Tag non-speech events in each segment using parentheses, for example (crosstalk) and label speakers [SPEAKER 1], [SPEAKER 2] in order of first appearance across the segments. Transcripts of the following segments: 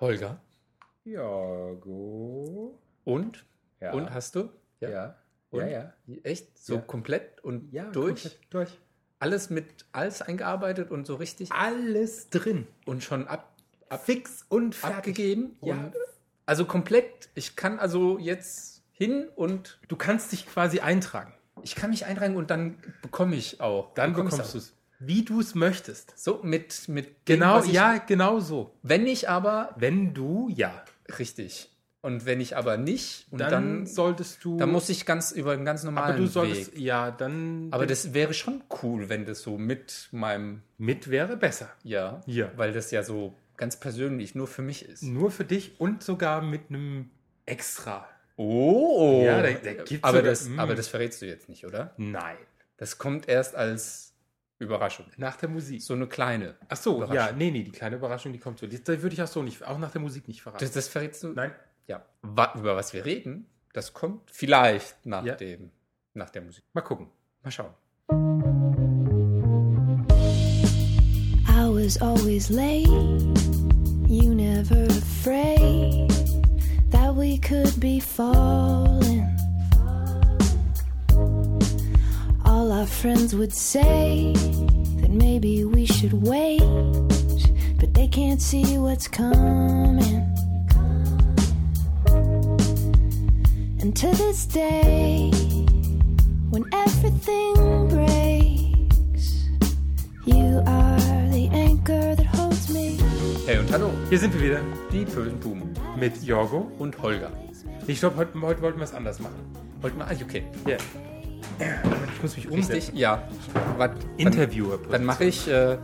[SPEAKER 1] Holger.
[SPEAKER 2] Jago.
[SPEAKER 1] Und?
[SPEAKER 2] Ja.
[SPEAKER 1] Und hast du?
[SPEAKER 2] ja. Ja.
[SPEAKER 1] Und?
[SPEAKER 2] ja, ja.
[SPEAKER 1] Echt? So
[SPEAKER 2] Ja.
[SPEAKER 1] komplett und
[SPEAKER 2] Ja,
[SPEAKER 1] durch?
[SPEAKER 2] komplett Durch.
[SPEAKER 1] Alles mit alles eingearbeitet und so richtig
[SPEAKER 2] Ah. Alles drin.
[SPEAKER 1] und schon ab, ab,
[SPEAKER 2] Fix und fertig.
[SPEAKER 1] abgegeben?
[SPEAKER 2] Ja.
[SPEAKER 1] Und, also komplett. Ich kann also jetzt hin und
[SPEAKER 2] Du kannst dich quasi eintragen.
[SPEAKER 1] ich kann mich eintragen und dann bekomme ich auch.
[SPEAKER 2] Dann
[SPEAKER 1] Bekomme ich's
[SPEAKER 2] bekommst du
[SPEAKER 1] auch.
[SPEAKER 2] es. Wie du es möchtest.
[SPEAKER 1] So, mit, mit dem,
[SPEAKER 2] Genau,
[SPEAKER 1] was ich,
[SPEAKER 2] ja, genau so.
[SPEAKER 1] Wenn ich aber,
[SPEAKER 2] Wenn du, ja,
[SPEAKER 1] richtig. Und wenn ich aber nicht, und
[SPEAKER 2] dann,
[SPEAKER 1] dann, dann,
[SPEAKER 2] solltest du.
[SPEAKER 1] muss ich ganz über einen ganz normalen
[SPEAKER 2] aber du solltest,
[SPEAKER 1] Weg.
[SPEAKER 2] ja, dann.
[SPEAKER 1] Aber das wäre schon cool, wenn das so mit meinem,
[SPEAKER 2] mit wäre besser.
[SPEAKER 1] ja,
[SPEAKER 2] Ja.
[SPEAKER 1] weil das ja so ganz persönlich nur für mich ist.
[SPEAKER 2] Nur für dich und sogar mit einem Extra.
[SPEAKER 1] Oh,
[SPEAKER 2] Ja, da- da gibt's
[SPEAKER 1] aber,
[SPEAKER 2] sogar-
[SPEAKER 1] das,
[SPEAKER 2] mm.
[SPEAKER 1] aber das verrätst du jetzt nicht, oder?
[SPEAKER 2] Nein.
[SPEAKER 1] Das kommt erst als Überraschung.
[SPEAKER 2] Nach der Musik.
[SPEAKER 1] So eine kleine.
[SPEAKER 2] Ach so, ja,
[SPEAKER 1] Überraschung.
[SPEAKER 2] nee, nee, die kleine Überraschung, die kommt so. Die, die würde ich auch so nicht, auch nach der Musik nicht verraten.
[SPEAKER 1] Das, das verrätst du?
[SPEAKER 2] Nein.
[SPEAKER 1] Ja. Wa über was wir reden, das kommt vielleicht nach,
[SPEAKER 2] Ja.
[SPEAKER 1] dem, nach der Musik.
[SPEAKER 2] Mal gucken.
[SPEAKER 1] Mal schauen.
[SPEAKER 3] I was always late. You never afraid that we could be falling. All our friends would say that maybe we should wait, but they can't see what's coming. And to this day, when everything breaks, you are the anchor that holds me.
[SPEAKER 1] Hey und hallo,
[SPEAKER 2] Hier sind wir wieder
[SPEAKER 1] die bösen Buben
[SPEAKER 2] mit Jorgo.
[SPEAKER 1] und Holger.
[SPEAKER 2] Ich glaube, heute, heute wollten wir es anders machen.
[SPEAKER 1] Heute mal, ah, okay,
[SPEAKER 2] Ja. Ich muss mich
[SPEAKER 1] richtig,
[SPEAKER 2] umsetzen.
[SPEAKER 1] ja. Wat, dann
[SPEAKER 2] Interviewer.
[SPEAKER 1] dann mache ich, äh,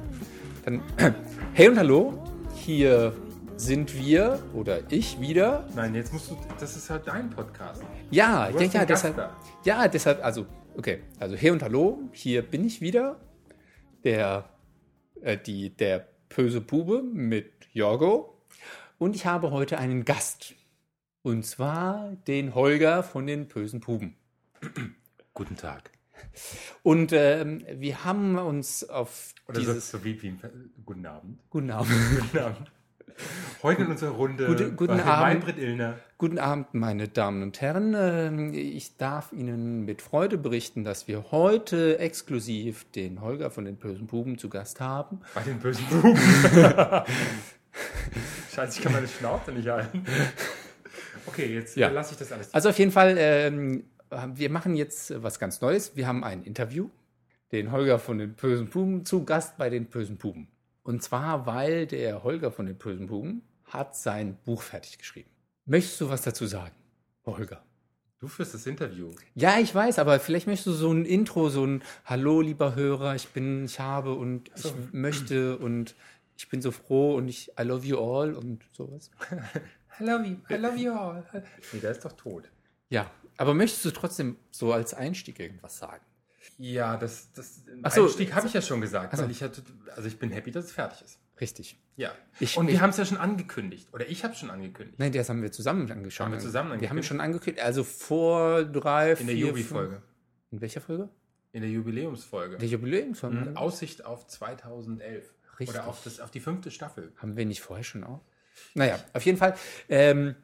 [SPEAKER 1] dann, (clears throat) hey und hallo, hier sind wir oder ich wieder.
[SPEAKER 2] Nein, jetzt musst du, das ist halt dein Podcast.
[SPEAKER 1] Ja, ja,
[SPEAKER 2] Du hast
[SPEAKER 1] ja,
[SPEAKER 2] den Gast
[SPEAKER 1] deshalb,
[SPEAKER 2] da.
[SPEAKER 1] ja, deshalb, also, okay, also hey und hallo, hier bin ich wieder, der, äh, die, der böse Bube mit Jorgo und ich habe heute einen Gast und zwar den Holger von den bösen Buben.
[SPEAKER 2] Guten Tag.
[SPEAKER 1] Und ähm, wir haben uns auf
[SPEAKER 2] Oder
[SPEAKER 1] dieses...
[SPEAKER 2] so, so wie, wie Guten Abend. (laughs)
[SPEAKER 1] Guten Abend.
[SPEAKER 2] Guten Abend. Heute in unserer Runde
[SPEAKER 1] Gute- guten
[SPEAKER 2] war
[SPEAKER 1] Abend.
[SPEAKER 2] Maybrit Illner.
[SPEAKER 1] Guten Abend, meine Damen und Herren. Ähm, Ich darf Ihnen mit Freude berichten, dass wir heute exklusiv den Holger von den bösen Buben zu Gast haben.
[SPEAKER 2] bei den bösen
[SPEAKER 1] (laughs)
[SPEAKER 2] Buben. Scheiße, ich kann meine Schnauze nicht halten. Okay, jetzt
[SPEAKER 1] Ja.
[SPEAKER 2] lasse ich das alles.
[SPEAKER 1] Also auf jeden Fall, ähm, wir machen jetzt was ganz Neues. Wir haben ein Interview, den Holger von den Bösen Buben zu Gast bei den Bösen Buben. Und zwar, weil der Holger von den Bösen Buben hat sein Buch fertig geschrieben. Möchtest du was dazu sagen, Holger?
[SPEAKER 2] Du führst das Interview.
[SPEAKER 1] Ja, ich weiß, aber vielleicht möchtest du so ein Intro, so ein Hallo, lieber Hörer, ich bin, ich habe und ich möchte und ich bin so froh und ich I love you all und sowas.
[SPEAKER 2] I love you, I love you all. Nee, der ist doch tot.
[SPEAKER 1] Ja, aber möchtest du trotzdem so als Einstieg irgendwas sagen?
[SPEAKER 2] Ja, das, das
[SPEAKER 1] Ach so.
[SPEAKER 2] Einstieg habe ich ja schon gesagt.
[SPEAKER 1] Ach so.
[SPEAKER 2] Weil ich hatte, also ich bin happy, dass es fertig ist.
[SPEAKER 1] Richtig.
[SPEAKER 2] Ja.
[SPEAKER 1] Ich-
[SPEAKER 2] Und
[SPEAKER 1] ich-
[SPEAKER 2] wir haben es ja schon angekündigt. Oder ich habe es schon angekündigt.
[SPEAKER 1] Nein, das haben wir zusammen angeschaut.
[SPEAKER 2] Haben wir zusammen
[SPEAKER 1] Wir haben
[SPEAKER 2] angekündigt?
[SPEAKER 1] schon angekündigt, also vor drei,
[SPEAKER 2] In der
[SPEAKER 1] vier,
[SPEAKER 2] Jubi-Folge.
[SPEAKER 1] fünf- In welcher Folge?
[SPEAKER 2] In der Jubiläumsfolge.
[SPEAKER 1] In der Jubiläumsfolge?
[SPEAKER 2] Mhm. Aussicht auf 2011.
[SPEAKER 1] Richtig.
[SPEAKER 2] Oder auf, das, auf die fünfte Staffel.
[SPEAKER 1] Haben wir nicht vorher schon auch? Naja, auf jeden Fall. Ähm,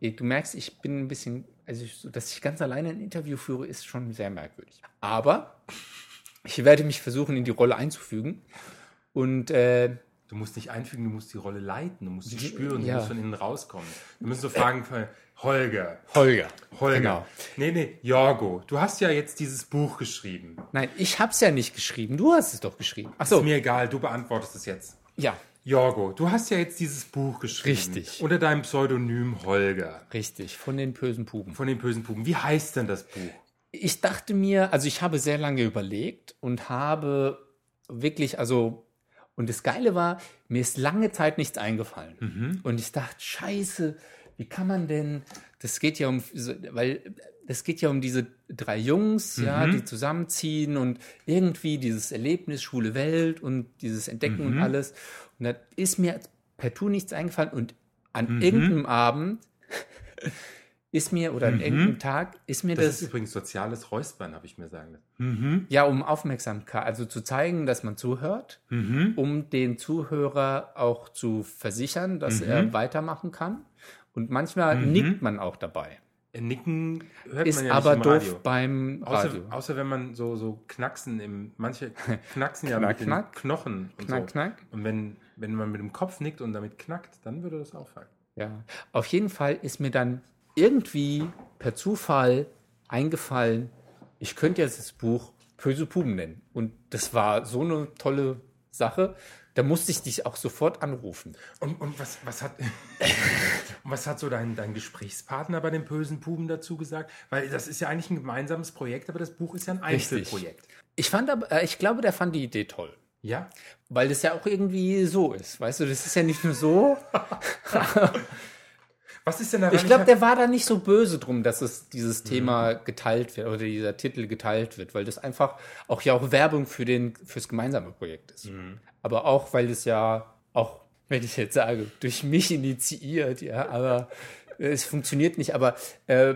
[SPEAKER 1] du merkst, ich bin ein bisschen, also ich, so, dass ich ganz alleine ein Interview führe, ist schon sehr merkwürdig. Aber ich werde mich versuchen, in die Rolle einzufügen. Und äh,
[SPEAKER 2] Du musst nicht einfügen, du musst die Rolle leiten, du musst sie
[SPEAKER 1] Die-
[SPEAKER 2] spüren,
[SPEAKER 1] ja.
[SPEAKER 2] du musst von innen rauskommen. Wir müssen so Fragen von Holger.
[SPEAKER 1] Holger.
[SPEAKER 2] Holger.
[SPEAKER 1] Genau.
[SPEAKER 2] Nee, nee, Jorgo, du hast ja jetzt dieses Buch geschrieben.
[SPEAKER 1] Nein, ich hab's ja nicht geschrieben. Du hast es doch geschrieben. Ach so.
[SPEAKER 2] Ist mir egal, du beantwortest es jetzt.
[SPEAKER 1] Ja,
[SPEAKER 2] Jorgo, du hast ja jetzt dieses Buch geschrieben.
[SPEAKER 1] Richtig.
[SPEAKER 2] Unter deinem Pseudonym Holger.
[SPEAKER 1] richtig. Von den bösen Puben.
[SPEAKER 2] Von den bösen Buben. Wie heißt denn das Buch?
[SPEAKER 1] Ich dachte mir, also ich habe sehr lange überlegt und habe wirklich, also, und das Geile war, mir ist lange Zeit nichts eingefallen.
[SPEAKER 2] Mhm.
[SPEAKER 1] Und ich dachte, scheiße, wie kann man denn, das geht ja um, so- weil das geht ja um diese drei Jungs,
[SPEAKER 2] Mhm.
[SPEAKER 1] ja, die zusammenziehen und irgendwie dieses Erlebnis, schwule Welt und dieses Entdecken
[SPEAKER 2] Mhm.
[SPEAKER 1] und alles. Und da
[SPEAKER 2] Mhm.
[SPEAKER 1] ist mir partout nichts eingefallen und an irgendeinem Abend (laughs) ist mir, oder einen
[SPEAKER 4] Mhm.
[SPEAKER 1] engen Tag, ist mir
[SPEAKER 2] Das ist
[SPEAKER 1] das,
[SPEAKER 2] übrigens soziales Räuspern, habe ich mir sagen lassen.
[SPEAKER 4] Mhm.
[SPEAKER 1] ja, um Aufmerksamkeit, also zu zeigen, dass man zuhört,
[SPEAKER 4] Mhm.
[SPEAKER 1] um den Zuhörer auch zu versichern, dass
[SPEAKER 4] Mhm.
[SPEAKER 1] er weitermachen kann. Und manchmal
[SPEAKER 4] Mhm.
[SPEAKER 1] nickt man auch dabei.
[SPEAKER 2] Äh, Nicken hört
[SPEAKER 1] Ist
[SPEAKER 2] man ja
[SPEAKER 1] aber
[SPEAKER 2] nicht im
[SPEAKER 1] doof
[SPEAKER 2] Radio.
[SPEAKER 1] beim Radio.
[SPEAKER 2] Außer, außer wenn man so, so Knacksen im,
[SPEAKER 1] (laughs)
[SPEAKER 2] manche knacksen ja
[SPEAKER 1] Knack,
[SPEAKER 2] mit den
[SPEAKER 1] knack.
[SPEAKER 2] Knochen und
[SPEAKER 1] knack,
[SPEAKER 2] so.
[SPEAKER 1] knack.
[SPEAKER 2] Und wenn, wenn man mit dem Kopf nickt und damit knackt, dann würde das auffallen.
[SPEAKER 1] Ja, auf jeden Fall ist mir dann irgendwie per Zufall eingefallen, ich könnte jetzt das Buch Böse Puben nennen. Und das war so eine tolle Sache. Da musste ich dich auch sofort anrufen.
[SPEAKER 2] Und, und was, was hat (laughs) und was hat so dein, dein Gesprächspartner bei den bösen Buben dazu gesagt? Weil das ist ja eigentlich ein gemeinsames Projekt, aber das Buch ist ja ein
[SPEAKER 1] Richtig.
[SPEAKER 2] Einzelprojekt.
[SPEAKER 1] Ich fand aber, äh, ich glaube, der fand die Idee toll.
[SPEAKER 2] Ja?
[SPEAKER 1] Weil das ja auch irgendwie so ist. Weißt du, das ist ja nicht nur so.
[SPEAKER 2] Was ist denn
[SPEAKER 1] (laughs)
[SPEAKER 2] daran?
[SPEAKER 1] Ich Mhm. glaube,
[SPEAKER 2] hab-
[SPEAKER 1] der war da nicht so böse drum, dass es dieses Thema geteilt wird oder dieser Titel geteilt wird, weil das einfach auch ja auch Werbung für den fürs gemeinsame Projekt ist. Aber auch, weil es ja auch, wenn ich jetzt sage, durch mich initiiert, ja, aber äh, es funktioniert nicht. Aber äh,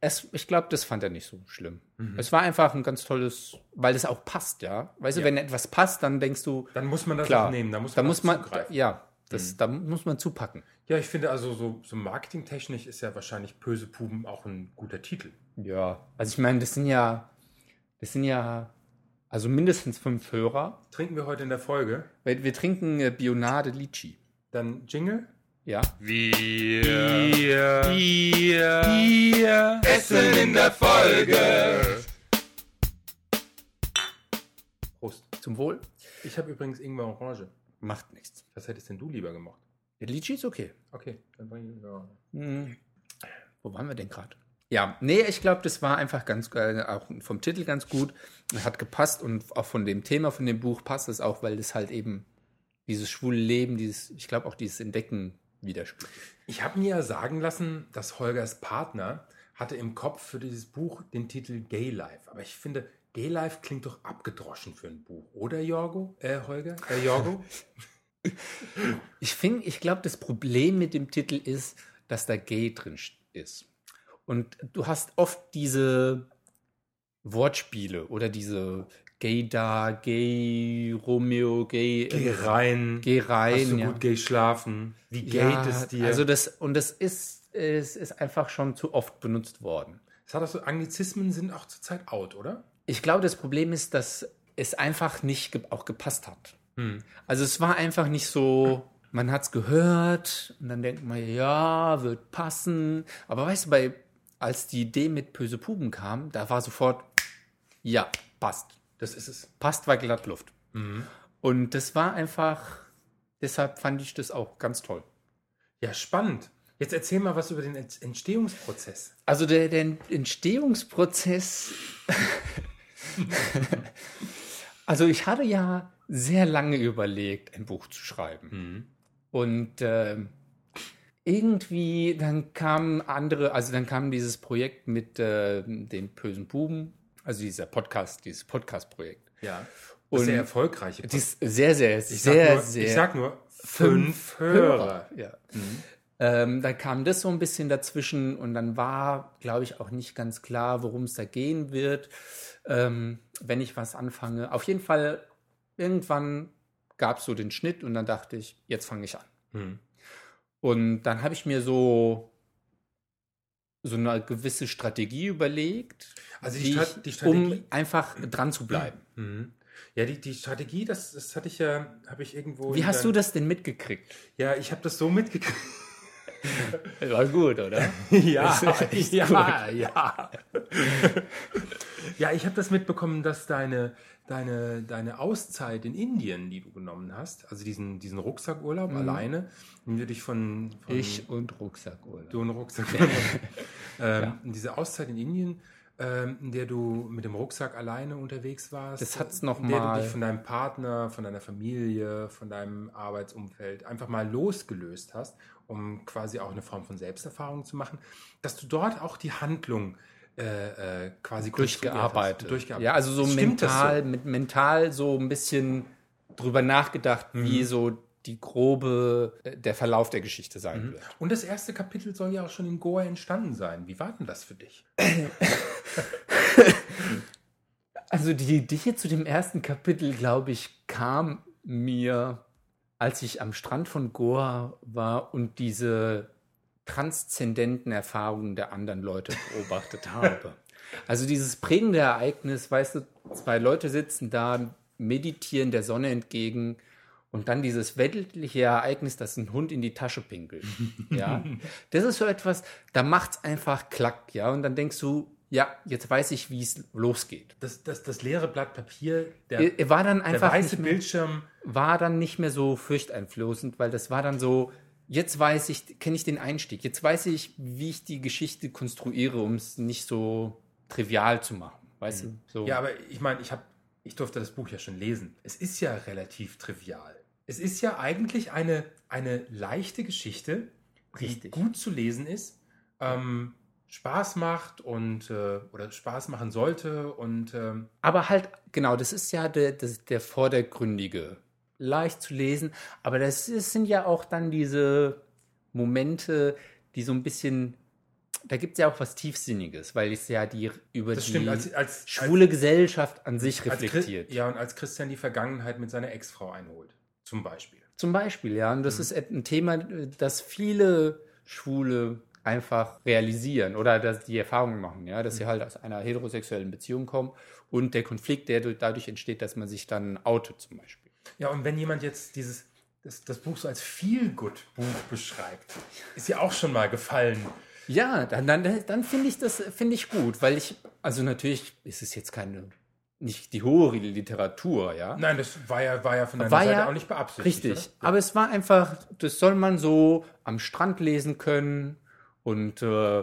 [SPEAKER 1] es, ich glaube, das fand er nicht so schlimm. Es war einfach ein ganz tolles, weil es auch passt, ja. Weißt du, wenn etwas passt, dann denkst du,
[SPEAKER 2] dann muss man das auch
[SPEAKER 1] klar,
[SPEAKER 2] nehmen. Da muss
[SPEAKER 1] da
[SPEAKER 2] man, Mhm.
[SPEAKER 1] muss
[SPEAKER 2] auch
[SPEAKER 1] man
[SPEAKER 2] zugreifen.
[SPEAKER 1] ja, das, da muss man zupacken.
[SPEAKER 2] Ja, ich finde also so, so marketingtechnisch ist ja wahrscheinlich Böse Puben auch ein guter Titel.
[SPEAKER 1] Ja, also ich meine, das sind ja, das sind ja, also mindestens fünf Hörer.
[SPEAKER 2] Trinken wir heute in der Folge
[SPEAKER 1] Wir, wir trinken äh, Bionade Litchi.
[SPEAKER 2] dann Jingle?
[SPEAKER 1] Ja.
[SPEAKER 2] Prost.
[SPEAKER 1] Zum Wohl.
[SPEAKER 2] Ich habe übrigens Ingwer Orange.
[SPEAKER 1] Macht nichts.
[SPEAKER 2] Was hättest denn du lieber gemacht?
[SPEAKER 1] Der Litchi ist okay.
[SPEAKER 2] Okay, dann bring ich Ingwer Orange.
[SPEAKER 1] Hm. Wo waren wir denn gerade? Ja, nee, ich glaube, das war einfach ganz geil, auch vom Titel ganz gut. Hat gepasst und auch von dem Thema von dem Buch passt es auch, weil es halt eben dieses schwule Leben, dieses, ich glaube auch dieses Entdecken widerspiegelt.
[SPEAKER 2] Ich habe mir ja sagen lassen, dass Holgers Partner hatte im Kopf für dieses Buch den Titel Gay Life. Aber ich finde, Gay Life klingt doch abgedroschen für ein Buch. Oder Jorgo? Äh, Holger? Äh, Jorgo?
[SPEAKER 1] Ich finde, ich glaube, das Problem mit dem Titel ist, dass da gay drin st- ist. Und du hast oft diese Wortspiele oder diese gay da, gay Romeo, gay
[SPEAKER 2] (laughs) Geh rein.
[SPEAKER 1] geh
[SPEAKER 2] Hast
[SPEAKER 1] rein.
[SPEAKER 2] du
[SPEAKER 1] ja.
[SPEAKER 2] gut gay schlafen? Wie geht
[SPEAKER 1] ja,
[SPEAKER 2] es dir?
[SPEAKER 1] Also das und das ist es ist einfach schon zu oft benutzt worden.
[SPEAKER 2] das hat auch so, Anglizismen sind auch zurzeit out, oder?
[SPEAKER 1] Ich glaube, das Problem ist, dass es einfach nicht ge auch gepasst hat. Also es war einfach nicht so, man hat es gehört und dann denkt man, ja, wird passen. Aber weißt du, bei, als die Idee mit Böse Puben kam, da war sofort, ja, passt.
[SPEAKER 2] Das ist es.
[SPEAKER 1] Passt war Glattluft. Und das war einfach, deshalb fand ich das auch ganz toll.
[SPEAKER 2] Ja, spannent. Jetzt erzähl mal was über den Ent- Entstehungsprozess.
[SPEAKER 1] Also der, der Entstehungsprozess. also ich hatte ja sehr lange überlegt, ein Buch zu schreiben.
[SPEAKER 2] Mhm.
[SPEAKER 1] Und ähm, irgendwie dann kamen andere, also dann kam dieses Projekt mit äh, den bösen Buben, also dieser Podcast, dieses Podcast-Projekt.
[SPEAKER 2] Ja.
[SPEAKER 1] Und-
[SPEAKER 2] sehr erfolgreiche.
[SPEAKER 1] Das ist sehr, sehr,
[SPEAKER 2] ich sag
[SPEAKER 1] sehr,
[SPEAKER 2] nur,
[SPEAKER 1] sehr.
[SPEAKER 2] Ich sag nur fünf, Hörer. Mhm.
[SPEAKER 1] Ja. Ähm, da kam das so ein bisschen dazwischen und dann war, glaube ich, auch nicht ganz klar, worum es da gehen wird, ähm, wenn ich was anfange. Auf jeden Fall, irgendwann gab es so den Schnitt und dann dachte ich, jetzt fange ich an.
[SPEAKER 2] Mhm.
[SPEAKER 1] Und dann habe ich mir so, so eine gewisse Strategie überlegt,
[SPEAKER 2] Also die
[SPEAKER 1] die
[SPEAKER 2] Strat-
[SPEAKER 1] ich,
[SPEAKER 2] die
[SPEAKER 1] um
[SPEAKER 2] Strategie-
[SPEAKER 1] einfach dran zu bleiben.
[SPEAKER 2] Mhm. Ja, die, die Strategie, das, das hatte ich ja, habe ich irgendwo.
[SPEAKER 1] Wie
[SPEAKER 2] in
[SPEAKER 1] hast du
[SPEAKER 2] deinem-
[SPEAKER 1] das denn mitgekriegt?
[SPEAKER 2] Ja, ich habe das so mitgekriegt. (laughs)
[SPEAKER 1] War gut, oder?
[SPEAKER 2] (laughs) ja,
[SPEAKER 1] (laughs) ja,
[SPEAKER 2] ja. ja, ich habe das mitbekommen, dass deine, deine, deine Auszeit in Indien, die du genommen hast, also diesen, diesen Rucksackurlaub alleine, den du dich von, von
[SPEAKER 1] Mhm. Ich und Rucksackurlaub.
[SPEAKER 2] du einen Rucksack. (laughs) ähm, Diese Auszeit in Indien, ähm, in der du mit dem Rucksack alleine unterwegs warst.
[SPEAKER 1] Das hat's
[SPEAKER 2] in
[SPEAKER 1] noch
[SPEAKER 2] der
[SPEAKER 1] mal-
[SPEAKER 2] du dich von deinem Partner, von deiner Familie, von deinem Arbeitsumfeld einfach mal losgelöst hast, um quasi auch eine Form von Selbsterfahrung zu machen, dass du dort auch die Handlung äh, äh, quasi konstruiert hast.
[SPEAKER 1] durchgearbeitet.
[SPEAKER 2] durchgearbeitet.
[SPEAKER 1] Ja, also so
[SPEAKER 2] Stimmt das
[SPEAKER 1] mental,
[SPEAKER 2] so? Mhm.
[SPEAKER 1] mit mental so ein bisschen drüber nachgedacht, wie so die grobe, äh, der Verlauf der Geschichte
[SPEAKER 2] Mhm.
[SPEAKER 1] sein wird.
[SPEAKER 2] Und das erste Kapitel soll ja auch schon in Goa entstanden sein. Wie war denn das für dich?
[SPEAKER 1] Also die Idee zu dem ersten Kapitel, glaube ich, kam mir, als ich am Strand von Goa war und diese transzendenten Erfahrungen der anderen Leute beobachtet habe. Also dieses prägende Ereignis, weißt du, zwei Leute sitzen da, meditieren der Sonne entgegen und dann dieses weltliche Ereignis, dass ein Hund in die Tasche pinkelt. Ja, das ist so etwas, da macht's einfach klack, ja, und dann denkst du, ja, jetzt weiß ich, wie es losgeht.
[SPEAKER 2] Das, das, das leere Blatt Papier, der,
[SPEAKER 1] Er war dann
[SPEAKER 2] der
[SPEAKER 1] einfach
[SPEAKER 2] weiße
[SPEAKER 1] nicht mehr,
[SPEAKER 2] Bildschirm.
[SPEAKER 1] war dann nicht mehr so fürchteinflößend, weil das war dann so, jetzt weiß ich, kenne ich den Einstieg, jetzt weiß ich, wie ich die Geschichte konstruiere, um es nicht so trivial zu machen. Weißt du? So.
[SPEAKER 2] Mhm. Ja, aber ich meine, ich, hab- ich durfte das Buch ja schon lesen. Es ist ja relativ trivial. Es ist ja eigentlich eine, eine leichte Geschichte, die
[SPEAKER 1] Richtig.
[SPEAKER 2] gut zu lesen ist, ähm, Spaß macht und äh, oder Spaß machen sollte und ähm,
[SPEAKER 1] Aber halt, genau, das ist ja der, das, der vordergründige. Leicht zu lesen, aber das ist, sind ja auch dann diese Momente, die so ein bisschen, da gibt es ja auch was Tiefsinniges, weil es ja die über
[SPEAKER 2] das
[SPEAKER 1] die
[SPEAKER 2] stimmt, als, als,
[SPEAKER 1] schwule Gesellschaft an sich
[SPEAKER 2] als, als Christ,
[SPEAKER 1] reflektiert.
[SPEAKER 2] ja, und als Christian die Vergangenheit mit seiner Ex-Frau einholt, zum Beispiel.
[SPEAKER 1] Zum Beispiel, ja, und das ist ein Thema, das viele Schwule einfach realisieren oder dass die Erfahrungen machen, ja, dass sie halt aus einer heterosexuellen Beziehung kommen und der Konflikt, der dadurch entsteht, dass man sich dann outet zum Beispiel.
[SPEAKER 2] Ja, und wenn jemand jetzt dieses das, das Buch so als Feel-Good-Buch beschreibt, ist ja auch schon mal gefallen.
[SPEAKER 1] Ja, dann, dann, dann finde ich das finde ich gut, weil ich, also natürlich ist es jetzt keine, nicht die hohe Literatur, ja.
[SPEAKER 2] Nein, das war ja, war ja von deiner
[SPEAKER 1] War
[SPEAKER 2] Seite
[SPEAKER 1] ja
[SPEAKER 2] auch nicht beabsichtigt.
[SPEAKER 1] Richtig,
[SPEAKER 2] Oder?
[SPEAKER 1] aber es war einfach, das soll man so am Strand lesen können und äh,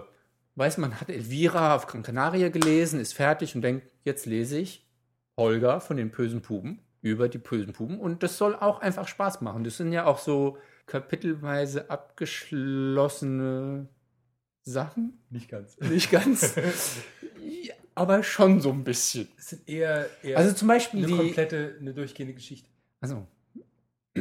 [SPEAKER 1] weiß man, hat Elvira auf Gran Canaria gelesen, ist fertig und denkt, jetzt lese ich Holger von den bösen Puben über die bösen Puben und das soll auch einfach Spaß machen. Das sind ja auch so kapitelweise abgeschlossene Sachen.
[SPEAKER 2] Nicht ganz.
[SPEAKER 1] Nicht
[SPEAKER 2] (laughs)
[SPEAKER 1] ganz. ja, aber schon so ein bisschen.
[SPEAKER 2] Es sind eher, eher
[SPEAKER 1] Also zum Beispiel
[SPEAKER 2] eine
[SPEAKER 1] die.
[SPEAKER 2] komplette, eine durchgehende Geschichte.
[SPEAKER 1] Also, (clears throat)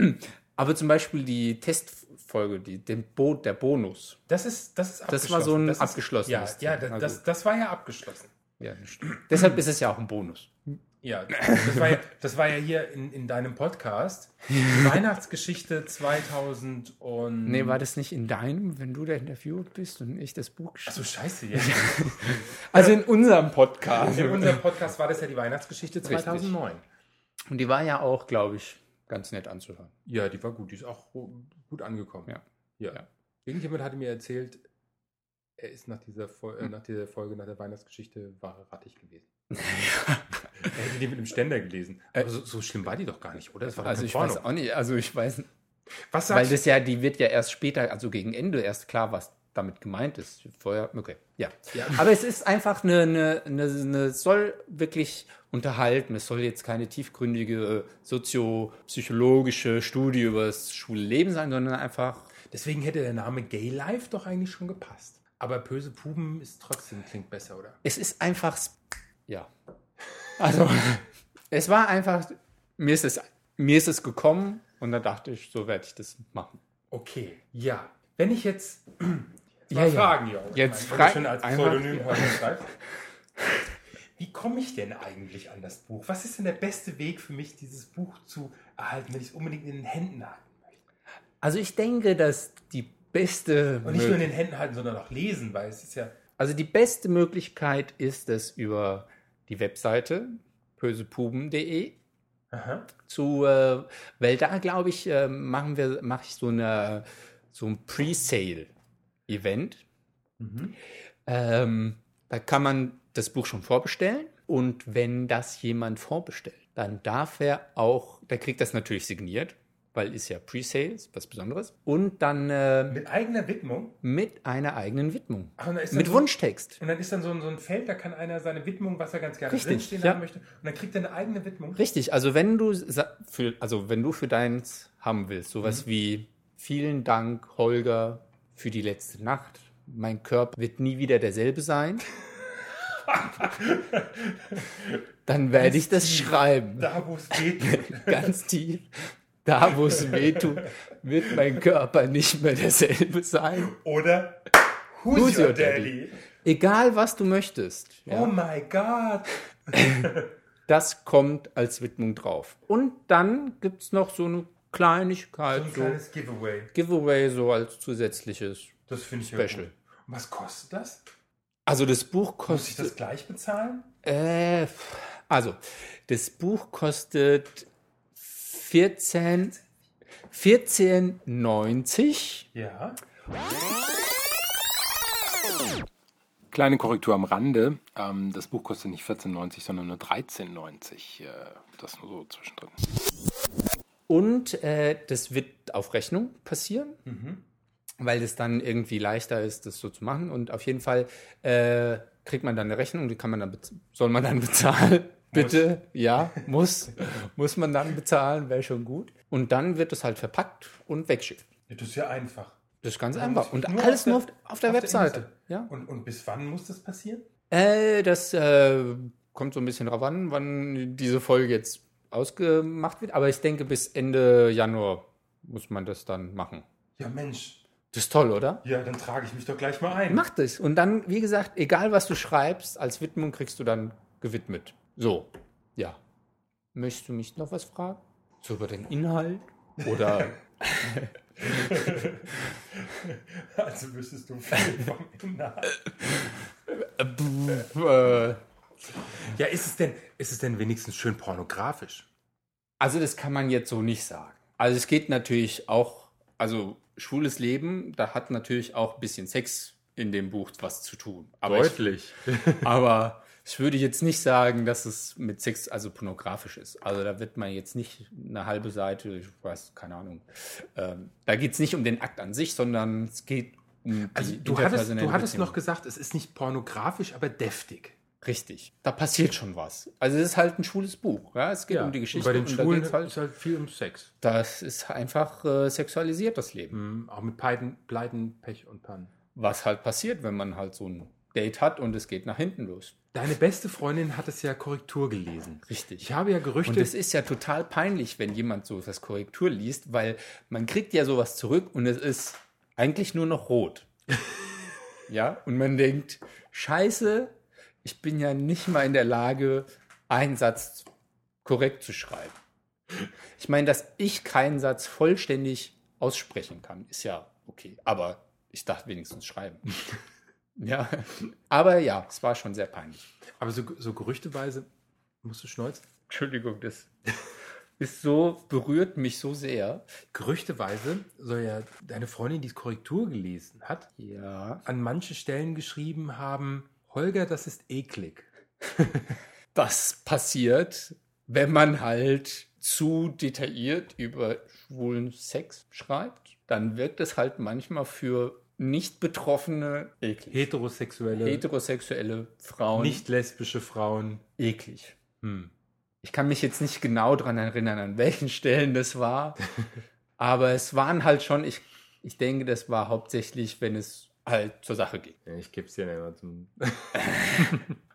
[SPEAKER 1] aber zum Beispiel die Testfolge, die, den Bo der Bonus.
[SPEAKER 2] Das ist, das ist
[SPEAKER 1] Das war so ein
[SPEAKER 2] Das ist-
[SPEAKER 1] abgeschlossenes
[SPEAKER 2] Ja, ja
[SPEAKER 1] Thema.
[SPEAKER 2] das,
[SPEAKER 1] Na
[SPEAKER 2] das,
[SPEAKER 1] gut.
[SPEAKER 2] das war ja abgeschlossen.
[SPEAKER 1] Ja, das (clears throat) stimmt. Deshalb ist es ja auch ein Bonus.
[SPEAKER 2] Ja, das war ja, das war ja hier in, in
[SPEAKER 1] (laughs)
[SPEAKER 2] deinem Podcast. Die Weihnachtsgeschichte 2000 und...
[SPEAKER 1] Nee, war das nicht in deinem, wenn du der Interviewer bist und ich das Buch
[SPEAKER 2] Ach so,
[SPEAKER 1] geschrieben
[SPEAKER 2] scheiße. Ja.
[SPEAKER 1] Also in unserem Podcast.
[SPEAKER 2] In unserem Podcast war das ja die Weihnachtsgeschichte 2009.
[SPEAKER 1] Und die war ja auch, glaube ich, ganz nett anzuhören.
[SPEAKER 2] Ja, die war gut. Die ist auch gut angekommen.
[SPEAKER 1] Ja.
[SPEAKER 2] ja.
[SPEAKER 1] Ja.
[SPEAKER 2] Irgendjemand hatte mir erzählt, er ist nach dieser, Fol
[SPEAKER 1] Hm.
[SPEAKER 2] äh, nach dieser Folge, nach der Weihnachtsgeschichte, war er rattig
[SPEAKER 1] (laughs)
[SPEAKER 2] gewesen. er hätte die mit dem Ständer gelesen. Aber so, so schlimm war die doch gar nicht, oder? Das war doch
[SPEAKER 1] Äh, Also
[SPEAKER 2] kein
[SPEAKER 1] ich
[SPEAKER 2] Porno.
[SPEAKER 1] weiß auch nicht, also ich weiß,
[SPEAKER 2] Was
[SPEAKER 1] weil
[SPEAKER 2] sagst du?
[SPEAKER 1] das ja, die wird ja erst später, also gegen Ende erst klar, was damit gemeint ist. Vorher, okay, ja.
[SPEAKER 2] Ja.
[SPEAKER 1] Aber es ist einfach eine, eine, eine, eine soll wirklich unterhalten. Es soll jetzt keine tiefgründige äh, soziopsychologische Studie über das Schulleben sein, sondern einfach.
[SPEAKER 2] Deswegen hätte der Name Gay Life doch eigentlich schon gepasst. Aber böse Puben ist trotzdem klingt besser, oder?
[SPEAKER 1] Es ist einfach. sp- Ja. Also, (laughs) es war einfach. Mir ist es, mir ist es gekommen und da dachte ich, so werde ich das machen.
[SPEAKER 2] Okay, ja. Wenn
[SPEAKER 1] (clears throat)
[SPEAKER 2] ich jetzt
[SPEAKER 1] Ja,
[SPEAKER 2] Mal
[SPEAKER 1] ja.
[SPEAKER 2] fragen, Jörg.
[SPEAKER 1] Jetzt
[SPEAKER 2] Wenn du
[SPEAKER 1] frag-
[SPEAKER 2] schon als
[SPEAKER 1] einfach-
[SPEAKER 2] Pseudonym heute schreibst. Wie komme ich denn eigentlich an das Buch? Was ist denn der beste Weg für mich, dieses Buch zu erhalten, wenn ich es unbedingt in den Händen halten möchte?
[SPEAKER 1] Also, ich denke, dass die beste.
[SPEAKER 2] Und nicht nur in
[SPEAKER 1] Möglichkeit-
[SPEAKER 2] den Händen halten, sondern auch lesen, weil es ist ja.
[SPEAKER 1] Also die beste Möglichkeit ist es über die Webseite bösepuben.de
[SPEAKER 2] Aha.
[SPEAKER 1] zu, äh, weil da glaube ich, äh, machen wir, mache ich so eine so ein Pre-Sale-Event.
[SPEAKER 2] Mhm.
[SPEAKER 1] Ähm, da kann man das Buch schon vorbestellen und wenn das jemand vorbestellt, dann darf er auch, der kriegt das natürlich signiert, weil ist ja Pre-Sale, ist was Besonderes und dann äh,
[SPEAKER 2] Mit eigener Widmung.
[SPEAKER 1] mit einer eigenen Widmung,
[SPEAKER 2] Ach, und da ist dann
[SPEAKER 1] mit
[SPEAKER 2] so-
[SPEAKER 1] Wunschtext.
[SPEAKER 2] Und dann ist dann so ein, so ein Feld, da kann einer seine Widmung, was er ganz gerne
[SPEAKER 1] Richtig,
[SPEAKER 2] drinstehen
[SPEAKER 1] ja.
[SPEAKER 2] haben möchte. Und dann kriegt er eine eigene Widmung.
[SPEAKER 1] Richtig, also wenn du sa- für, also wenn du für deins haben willst, sowas
[SPEAKER 2] Mhm.
[SPEAKER 1] wie vielen Dank, Holger, für die letzte Nacht. Mein Körper wird nie wieder derselbe sein. Dann werde ich das schreiben.
[SPEAKER 2] Da, wo es geht.
[SPEAKER 1] Ganz tief. Da, wo es weh tut, wird mein Körper nicht mehr derselbe sein.
[SPEAKER 2] Oder Who's,
[SPEAKER 1] Who's your daddy? Egal, was du möchtest. Ja.
[SPEAKER 2] Oh my God.
[SPEAKER 1] Das kommt als Widmung drauf. Und dann gibt es noch so eine Kleinigkeit,
[SPEAKER 2] So ein
[SPEAKER 1] so,
[SPEAKER 2] kleines Giveaway.
[SPEAKER 1] Giveaway, so als zusätzliches.
[SPEAKER 2] Das finde ich ja
[SPEAKER 1] Special.
[SPEAKER 2] gut. Und was kostet das?
[SPEAKER 1] Also das Buch
[SPEAKER 2] Muss ich
[SPEAKER 1] kostet.
[SPEAKER 2] das gleich bezahlen?
[SPEAKER 1] Äh, pf, also, das Buch kostet 14, 14,90.
[SPEAKER 2] Ja. Kleine Korrektur am Rande. Ähm, das Buch kostet nicht 14,90, sondern nur 13,90. Äh, das nur so zwischendrin.
[SPEAKER 1] Und äh, das wird auf Rechnung passieren, weil es dann irgendwie leichter ist, das so zu machen. Und auf jeden Fall äh, kriegt man dann eine Rechnung, die kann man dann bez- soll man dann (laughs) bezahlen. Bitte, ja, muss, muss man dann bezahlen, wäre schon gut. Und dann wird es halt verpackt und weggeschickt.
[SPEAKER 2] Ja, das ist ja einfach.
[SPEAKER 1] Das ist ganz
[SPEAKER 2] Ja,
[SPEAKER 1] einfach.
[SPEAKER 2] das
[SPEAKER 1] Und
[SPEAKER 2] nur auf
[SPEAKER 1] alles
[SPEAKER 2] der-
[SPEAKER 1] nur auf, auf der Webseite.
[SPEAKER 2] Insta-
[SPEAKER 1] ja.
[SPEAKER 2] Und, und bis wann muss das passieren?
[SPEAKER 1] Äh, das äh, kommt so ein bisschen drauf an, wann diese Folge jetzt ausgemacht wird. Aber ich denke, bis Ende Januar muss man das dann machen.
[SPEAKER 2] Ja, Mensch.
[SPEAKER 1] Das ist toll, oder?
[SPEAKER 2] Ja, dann trage ich mich doch gleich mal ein.
[SPEAKER 1] Mach das. Und dann, wie gesagt, egal was du schreibst, als Widmung kriegst du dann gewidmet. So, ja. Möchtest du mich noch was fragen? So über den Inhalt? (laughs) Oder
[SPEAKER 2] (laughs) Also wüsstest du viel vom Inhalt.
[SPEAKER 1] äh,
[SPEAKER 2] Ja, ist es, denn, ist es denn wenigstens schön pornografisch?
[SPEAKER 1] Also das kann man jetzt so nicht sagen. Also es geht natürlich auch, also schwules Leben, da hat natürlich auch ein bisschen Sex in dem Buch was zu tun. Aber
[SPEAKER 2] (laughs)
[SPEAKER 1] Ich, aber ich würde jetzt nicht sagen, dass es mit Sex also pornografisch ist. Also da wird man jetzt nicht eine halbe Seite, ich weiß, keine Ahnung. Ähm, da geht es nicht um den Akt an sich, sondern es geht um die
[SPEAKER 2] Also, du hattest,
[SPEAKER 1] interpersonelle
[SPEAKER 2] du hattest
[SPEAKER 1] Beziehung.
[SPEAKER 2] noch gesagt, es ist nicht pornografisch, aber deftig.
[SPEAKER 1] Richtig, da passiert schon was. Also es ist halt ein schwules Buch. Ja? Es geht um die Geschichte.
[SPEAKER 2] Und bei den
[SPEAKER 1] und da
[SPEAKER 2] Schwulen
[SPEAKER 1] geht's halt-
[SPEAKER 2] ist halt viel um Sex.
[SPEAKER 1] das ist einfach äh, sexualisiert, das Leben.
[SPEAKER 2] Mhm, Auch mit Pleiten, Pleiten, Pech und Pannen.
[SPEAKER 1] was halt passiert, wenn man halt so ein Date hat und es geht nach hinten los.
[SPEAKER 2] Deine beste Freundin hat es ja Korrektur gelesen.
[SPEAKER 1] Richtig.
[SPEAKER 2] Ich habe ja
[SPEAKER 1] Und
[SPEAKER 2] Gerüchte.
[SPEAKER 1] es ist ja total peinlich, wenn jemand so das Korrektur liest, weil man kriegt ja sowas zurück und es ist eigentlich nur noch rot. ja, und man denkt, scheiße, ich bin ja nicht mal in der Lage, einen Satz korrekt zu schreiben. Ich meine, dass ich keinen Satz vollständig aussprechen kann, ist ja okay. Aber ich dachte wenigstens schreiben. ja, aber ja, es war schon sehr peinlich.
[SPEAKER 2] aber so, so gerüchteweise musst du schneuzen.
[SPEAKER 1] Entschuldigung, das ist so, berührt mich so sehr.
[SPEAKER 2] Gerüchteweise soll ja deine Freundin, die Korrektur gelesen hat,
[SPEAKER 1] Ja.
[SPEAKER 2] an manche Stellen geschrieben haben: Holger, das ist eklig.
[SPEAKER 1] Das passiert, wenn man halt zu detailliert über schwulen Sex schreibt, dann wirkt es halt manchmal für nicht Betroffene eklig.
[SPEAKER 2] Heterosexuelle,
[SPEAKER 1] Heterosexuelle Frauen
[SPEAKER 2] nicht lesbische Frauen.
[SPEAKER 1] eklig.
[SPEAKER 2] Hm.
[SPEAKER 1] Ich kann mich jetzt nicht genau daran erinnern, an welchen Stellen das war. (laughs) Aber es waren halt schon, ich, ich denke, das war hauptsächlich, wenn es halt zur Sache ging.
[SPEAKER 2] Ja, Ich gebe es dir immer zum.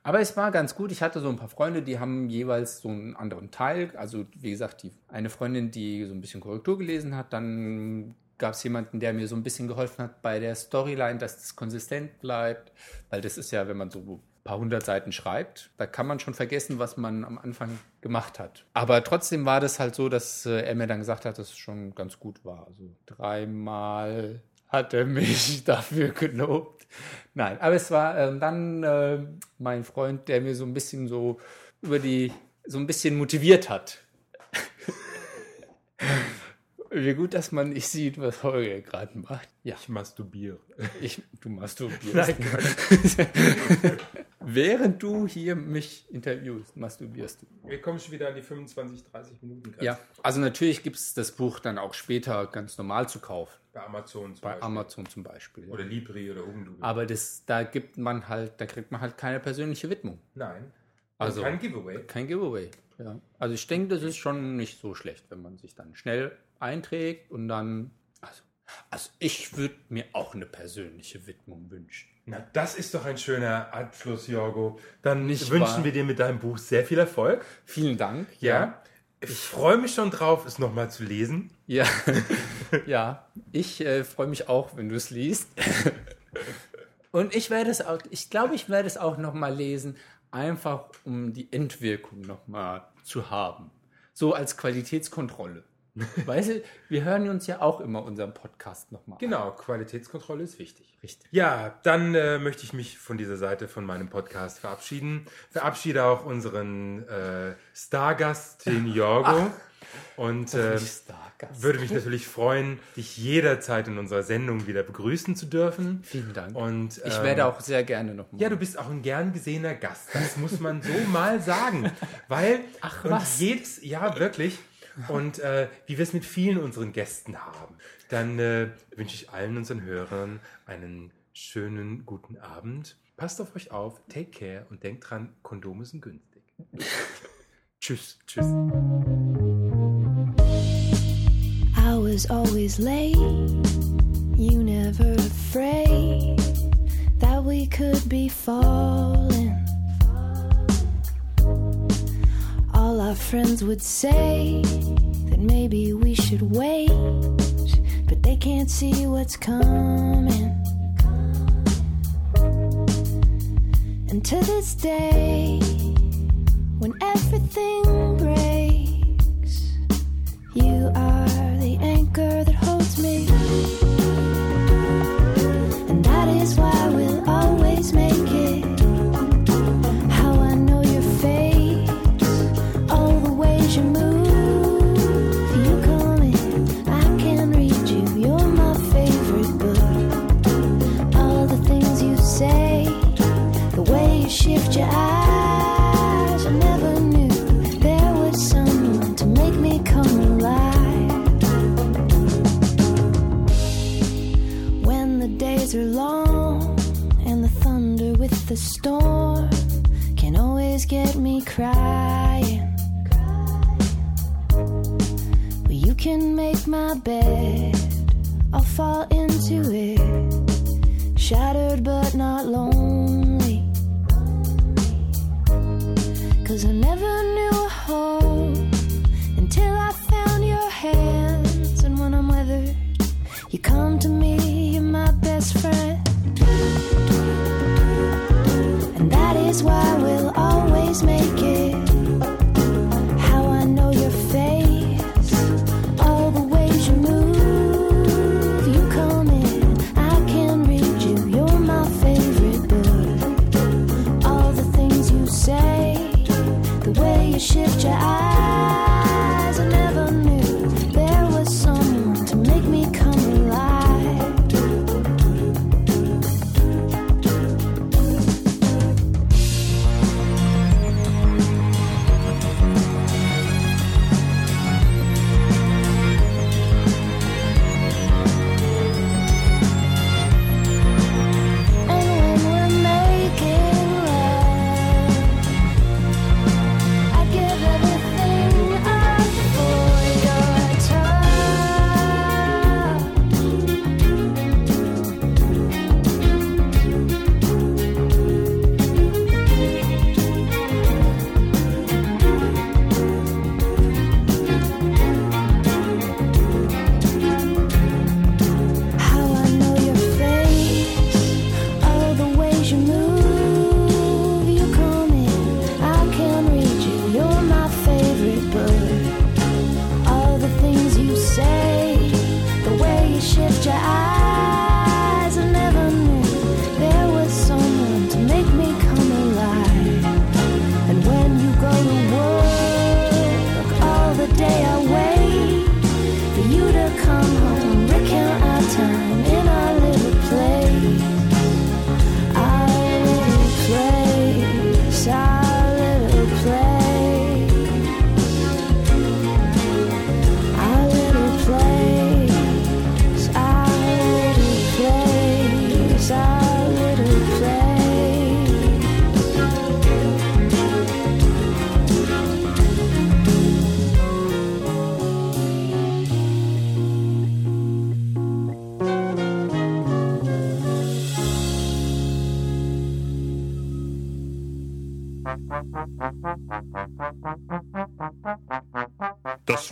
[SPEAKER 1] Aber es war ganz gut. Ich hatte so ein paar Freunde, die haben jeweils so einen anderen Teil. Also, wie gesagt, die, eine Freundin, die so ein bisschen Korrektur gelesen hat. Dann gab es jemanden, der mir so ein bisschen geholfen hat bei der Storyline, dass das konsistent bleibt. Weil das ist ja, wenn man so ein paar hundert Seiten schreibt, da kann man schon vergessen, was man am Anfang gemacht hat. Aber trotzdem war das halt so, dass äh, er mir dann gesagt hat, dass es schon ganz gut war. Also dreimal hat er mich (laughs) dafür gelobt. Nein, aber es war ähm, dann ähm, mein Freund, der mir so ein bisschen so über die, so ein bisschen motiviert hat. (laughs) Wie gut, dass man nicht sieht, was Holger gerade macht. Ja,
[SPEAKER 2] Ich masturbiere.
[SPEAKER 1] ich, du masturbierst.
[SPEAKER 2] Nein,
[SPEAKER 1] (laughs) Während du hier mich interviewst, masturbierst du.
[SPEAKER 2] Wir kommen schon wieder an die 25, 30 Minuten Grenze.
[SPEAKER 1] Ja, also natürlich gibt es das Buch dann auch später ganz normal zu kaufen.
[SPEAKER 2] Bei Amazon zum
[SPEAKER 1] Bei
[SPEAKER 2] Beispiel.
[SPEAKER 1] Amazon zum Beispiel.
[SPEAKER 2] Oder Libri oder Hugendubel.
[SPEAKER 1] Aber das, da gibt man halt, da kriegt man halt keine persönliche Widmung.
[SPEAKER 2] Nein.
[SPEAKER 1] Also-
[SPEAKER 2] Kein Giveaway.
[SPEAKER 1] Kein Giveaway. Ja. Also ich denke, das ist schon nicht so schlecht, wenn man sich dann schnell einträgt und dann. Also, also ich würde mir auch eine persönliche Widmung wünschen.
[SPEAKER 2] Na, das ist doch ein schöner Abschluss, Jorgo. Dann
[SPEAKER 1] Nicht
[SPEAKER 2] wünschen
[SPEAKER 1] wahr?
[SPEAKER 2] wir dir mit deinem Buch sehr viel Erfolg.
[SPEAKER 1] Vielen Dank.
[SPEAKER 2] Ja. Ich freue mich schon drauf, es nochmal zu lesen.
[SPEAKER 1] (laughs) Ja, ja. ich äh, freue mich auch, wenn du es liest. (laughs) Und ich werde es auch, ich glaube, ich werde es auch nochmal lesen, einfach um die Endwirkung nochmal zu haben. So als (laughs) Qualitätskontrolle. Weißt du, wir hören uns ja auch immer unseren Podcast nochmal an.
[SPEAKER 2] Genau, Qualitätskontrolle ist wichtig.
[SPEAKER 1] Richtig.
[SPEAKER 2] Ja, dann äh, möchte ich mich von dieser Seite von meinem Podcast verabschieden. Verabschiede auch unseren äh, Stargast,
[SPEAKER 1] (laughs)
[SPEAKER 2] den Jorgo. Und äh,
[SPEAKER 1] Nicht Stargast.
[SPEAKER 2] würde mich natürlich freuen, dich jederzeit in unserer Sendung wieder begrüßen zu dürfen.
[SPEAKER 1] Vielen Dank.
[SPEAKER 2] Und
[SPEAKER 1] ich
[SPEAKER 2] ähm,
[SPEAKER 1] werde auch sehr gerne nochmal.
[SPEAKER 2] Ja, du bist auch ein gern gesehener Gast. Das muss
[SPEAKER 1] (laughs)
[SPEAKER 2] man so mal sagen. Weil,
[SPEAKER 1] Ach,
[SPEAKER 2] und
[SPEAKER 1] was?
[SPEAKER 2] jedes, ja, wirklich. Und äh, wie wir es mit vielen unseren Gästen haben, dann äh, wünsche ich allen unseren Hörern einen schönen guten Abend. Passt auf euch auf, take care und denkt dran, Kondome
[SPEAKER 1] (laughs)
[SPEAKER 2] sind günstig.
[SPEAKER 1] Tschüss.
[SPEAKER 2] Tschüss.
[SPEAKER 3] I was always late. You never afraid that we could be falling. All our friends would say that maybe we should wait, but they can't see what's coming. And to this day, when everything breaks, you are the anchor that holds me. And that is why we'll always make it. How I know your fate, all the ways you move. You come in, I can read you. You're my favorite book. All the things you say, the way you shift your eyes. I never knew there was someone to make me come alive. When the days are long and the thunder with the storm can always get me crying. Well, you can make my bed, I'll fall into it. Shattered but not lonely. Cause I never knew a home until I found your hands. And when I'm weathered, you come to me, you're my best friend. And that is why we'll always make it. How I know your face, all the ways you move. You come in, I can read you. You're my favorite book. All the things you say, the way
[SPEAKER 4] Das